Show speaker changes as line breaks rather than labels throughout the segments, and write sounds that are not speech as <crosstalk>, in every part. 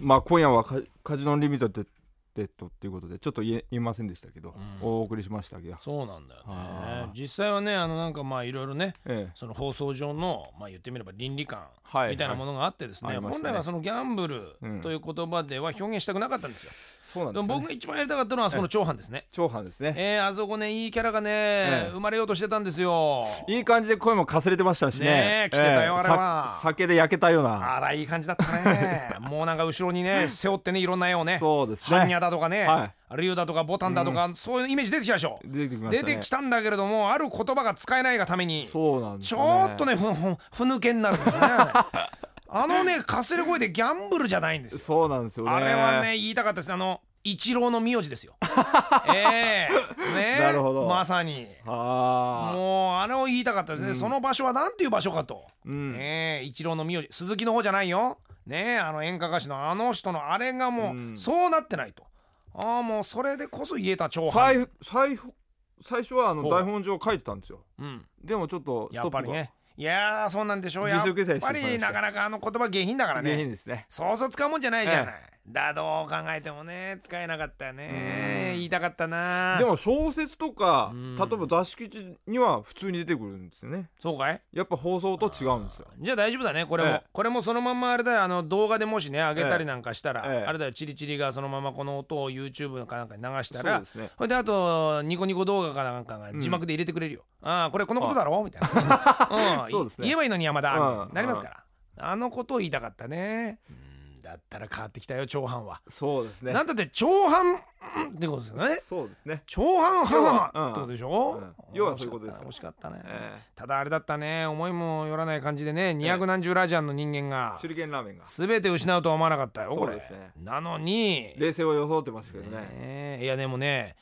まあ、今夜はカカジノンリミテッドっていうことでちょっと言え言えませんでしたけど、
うん
お送りしましたけど、
そうなんだよね
あー
実際はねあのなんかまあいろいろね
ええ
その放送上のまあ言ってみれば倫理観
はい
みたいなものがあってですね,、
はいありまし
本
たね
来はそのギャンブルという言葉では表現したくなかったんですよ、
そうなん
で
です、
も
ね、
僕が一番やりたかったのはそこの長藩ですね、
長藩ですね、
えーあそこねいいキャラがね、
え
生まれようとしてたんですよ
いい感じで声もかすれてましたしね
ねえ来てたよあれは
さ酒で焼けたような
あらいい感じだった
<laughs>
ねもうなんか後ろにね背負ってねいろんな絵をね
そうですね
般若だとかね、
は
竜だとかボタンだとか、そういうイメージ出てきたでしょ
出てきまし
出
たね
てきたんだけれどもある言葉が使えないがために
そうなんです
ち
よ
ょっとねふんふんふぬけになるんですね
<laughs>
あのねかすれ声でギャンブルじゃないんですよ
そうなんですよね
あれはね言いたかったですあの一郎の名字
<laughs>
ですよええね
なるほど
まさに
あ
もうあれを言いたかったですね、その場所は何ていう場所かと、
ん
ねえ一郎の名字鈴木の方じゃないよねえあの演歌歌手のあの人のあれがもう、そうなってないとああもうそれでこそ言えた長
あ
藩、
最最最初はあの
ほう
台本上書いてたんですよ
うん、
でもちょっとス
や
ト
っ
ップが
ぱりねいやーそうなんでしょうや
自主
っ
規制してしま
ぱ
いました
りなかなかあの言葉下品だから
下品
ね
ですね
そうそう使うもんじゃないじゃない、
え
だどう考えてもね使えなかったよね言いたかった
<laughs>
な
でも小説とか
うん
例えば座敷地には普通に出てくるんですよね
そうかい
やっぱ放送と違うんですよ
じゃあ大丈夫だねこれも、
ええ
これもそのまんまあれだよあの動画でもしね上げたりなんかしたら、
ええ
あれだよチリチリがそのままこの音を YouTube かなんかに流し
そ
た
う
ら
ですね
ほいであとニコニコ動画かなんかが字幕で入れてくれるよ、ああこれこのことだろみたいな、うん、
<laughs> そうですね
言えばいいのに山田みたいに
うん
なりますから、あのことを言いたかったねうんだったら変わってきたよ長藩は、
そうですね
なんだって長藩うんってことですよね
そうですね
長藩母
要はうん
ってことでしょ、
うん要はそういうことですから
惜しかったね、
え
ただあれだったね思いもよらない感じでね二百何十ラジアンの人間
え
が
手裏剣ラーメンが
全て失うとは思わなかったよこ
そう
れ、
ですね
なのに、
冷静を装ってましたけどね
ねえいやでもね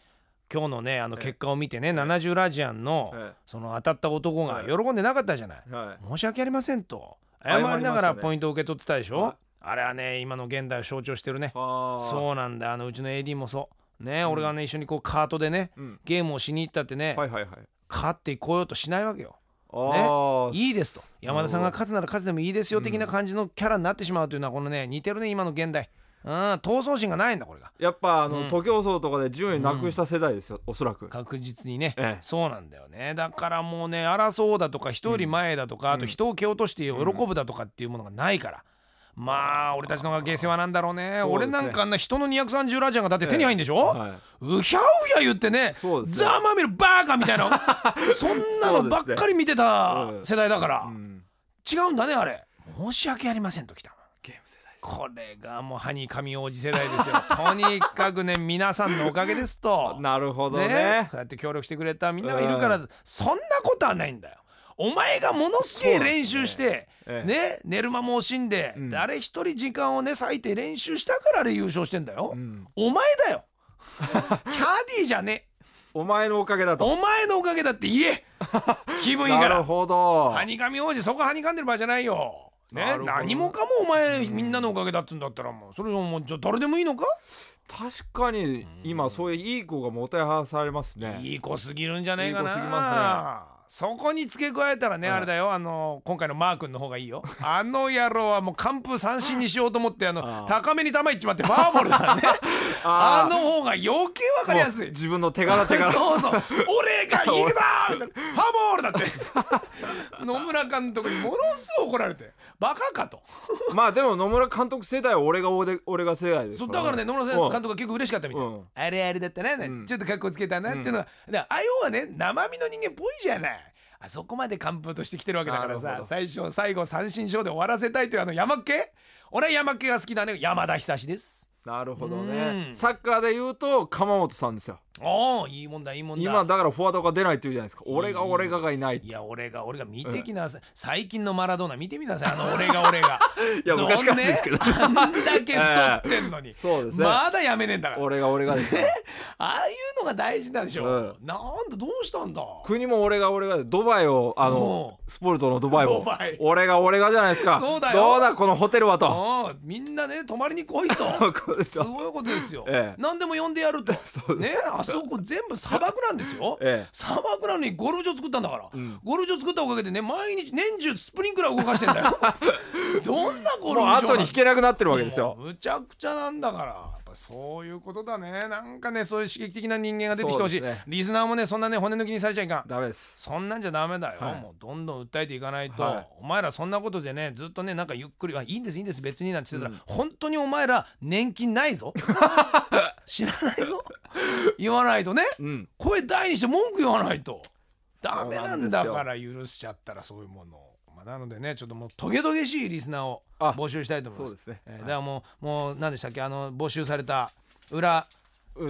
今日のねあの
ええ
結果を見てね七十ラジアンの
え
その当たった男が
ええ
喜んでなかったじゃない
えはい
申し訳ありませんと謝
謝りました
り
ね
ながらポイントを受け取ってたでし
は
ょ
い
あれはね今の現代を象徴してるね
あー
そうなんだあのうちの AD もそうね
ん
俺がね一緒にこうカートでね
うん
ゲームをしに行ったってね
はいはいはい
勝ってこようとしないわけよ
ああ
いいですと山田さんが勝つなら勝つでもいいですよ的な感じのキャラになってしまうというのはこのね似てるね今の現代うん闘争心がないんだこれが
やっぱあ
う
の
ん
徒競走とかで順位なくした世代ですよおそらく
確実にね、
ええ
そうなんだよねだからもうね争うだとか人より前だとか、あと人を蹴落として喜ぶだとかっていうものがないから、まあ俺たちの方が下世話なんだろうね
そうで
俺
すね
なんかあんな人の230ラジャンがだって手に入るんでしょ、
は
うひゃうひゃ言ってね
そうですね
ざまみるバーカみた
<laughs>
いなそんなのばっかり見てた
そうです
世代だから、
いうん
違うんだねあれ申し訳ありませんときた
ゲーム世代です
これがもうハニカミ王子世
<laughs>
代ですよとにかくね皆さんのおかげですと
なるほど
ね
ね
そうやって協力してくれたみんながいるから、そんなことはないんだよお前がものすげえ練習して
そう
ね
なんですね
寝る間も惜しんで、
うん
誰一人時間をね割いて練習したからあれ優勝してんだよ、
うん
お前だよキャディじゃねえ
お前のおかげだと
お前のおかげだって
<laughs>
言え気分いいか
なる
ら
ほど
はにかみ王子そこはにかんでる場合じゃないよ
な
ね
るほど
何もかもお前みんなのおかげだっつうんだったらもうそれもうじゃあ誰でもいいのか
確かに今そういういい子がもてはやされますね
いい子すぎるんじゃねえかな。
いい子すぎま
そこに付け加えたらね、
はい
あれだよあの今回のマー君の方がいいよあの野郎はもう完封三振にしようと思ってあの
ああ
高めに球いっちまってファーボールだか
<laughs>
らねあ
ー
の方が余計わかりやす
もう
い
自分の手柄手柄
<laughs> そうそう俺が行くぞーみた
<laughs>
いなファーボールだって野村監督にものすごい怒られてバカかと
まあでも野村監督世代は俺が俺で俺が世代です
そ
か
う
ら
だからね野村さん監督が結構嬉しかったみたい、
うん
あれあれだったな、
ん
ちょっと格好つけたなっていうのは、だからあよはね生身の人間っぽいじゃないあそこまで完封としてきてるわけだから
なる
さ
ほど
最初最後三振ショーで終わらせたいというあの山っけ俺は山っけが好きだね山田久志です
なるほど
う
ね
ん
サッカーで言うと鎌本さんですよ
おおいいもんだいいもんだ
今だからフォワードが出ないって言うじゃないですか俺が俺ががいないって
い
い
や俺が俺が見てきなさい、最近のマラドーナ見てみなさいあの俺が
<laughs>
俺が
や昔からですけど
どんねあんだけ太ってんの
<laughs>
に、
そうですね
まだやめねえんだから
俺が俺がですよ
ああいうのが大事なんでしょ、
う
なんだどうしたんだ
国も俺が俺がでドバイをあの
う
スポルトのドバイ
ド
を
バイ
俺が俺がじゃないですか
そうだよ
どうだこのホテルはと
うんみんなね泊まりに来いと
<laughs> こうです
す
よ
ごいことですよ、
ええ
何でも呼んでやると
<laughs> そう
ねあそこ全部砂漠なんですよ、
<laughs> ええ
砂漠なの
<laughs>
にゴルフ場作ったんだから、ゴルフ場作ったおかげでね毎日年中スプリンクラー動かしてんだよねどんなゴルフ
もう
場
後に引けなくなってるわけですよ
もうむちゃくちゃなんだからやっぱそういうことだねなんかねそういう刺激的な人間が出てきてほしい、
そうですね
リスナーもねそんなね骨抜きにされちゃいかん
ダメです
そんなんじゃダメだよ、
はい
もうどんどん訴えていかないと、
はい
お前らそんなことでねずっとねなんかゆっくりあいいんですいいんです別になんて言ってたら、本当にお前ら年金な
<laughs>
いぞ知らないぞ言わないとね
うん
声大にして文句言わないとダメ
そう
な
なん
ん
ですよ
だから許しちゃったらそういうものを、まあ、なのでねちょっともうトゲトゲしいリスナーを
あ
募集したいと思います
そうですね
えー
はい
だからもうもう何でしたっけあの募集された
う
裏、
ん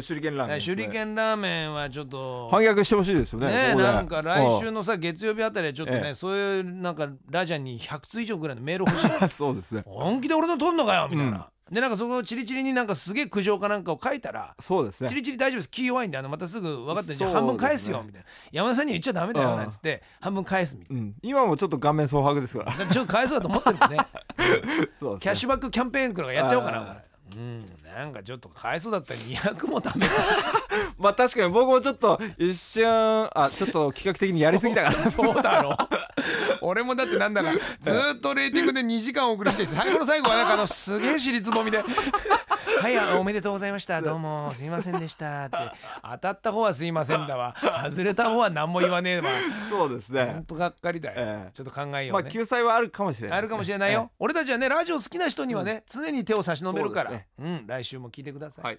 手裏剣ラーメン
え
で
ー
すね
手裏剣ラーメンはちょっと
反逆してほしいですよね
ねえ
ここで
なんか来週
あ
のさ月曜日あたりはちょっとね、
ええ
そういうなんかラジャンに100通以上ぐらいのメール欲しい <laughs>
あ <laughs> そうですね
本気で俺の取んのかよみたいな、でなんかそこをチリチリになんかすげえ苦情かなんかを書いたら
そうです
チ
ね
リチリ大丈夫です気弱いんであのまたすぐ分かったんで
そうですね
半分返すよみたいな山田さんには言っちゃダメだ
う
よ
ん
なんつって半分返すみたい
うん今もちょっと顔面蒼白ですから <laughs>
なちょっと返そうだと思ってるんでね
そうですね
キャッシュバックキャンペーンくらいやっちゃおうかな
あー
これうんなんかちょっと返そうだったら200もダメだ
まあ確かに僕もちょっと一瞬あちょっと企画的にやりすぎたから
<laughs> そうだろ俺もだってなんだ
<laughs>
かずーっとレーティングで2時間お送りして最後の最後はなんかあのすげえ尻つぼみで <laughs> 「はいあおめでとうございましたどうもすいませんでした」って当たった方はすいませんだわ外れた方は何も言わねえわ
そうです
ほん
ね
とがっかりだよ、
ええ
ちょっと考えよ
ま
う
あ
ね、
救済はあるかもしれない
あるかもしれないよ、俺たちはねラジオ好きな人にはね、常に手を差し伸べるからう,、
そうで
ん来週も聞いてください
はい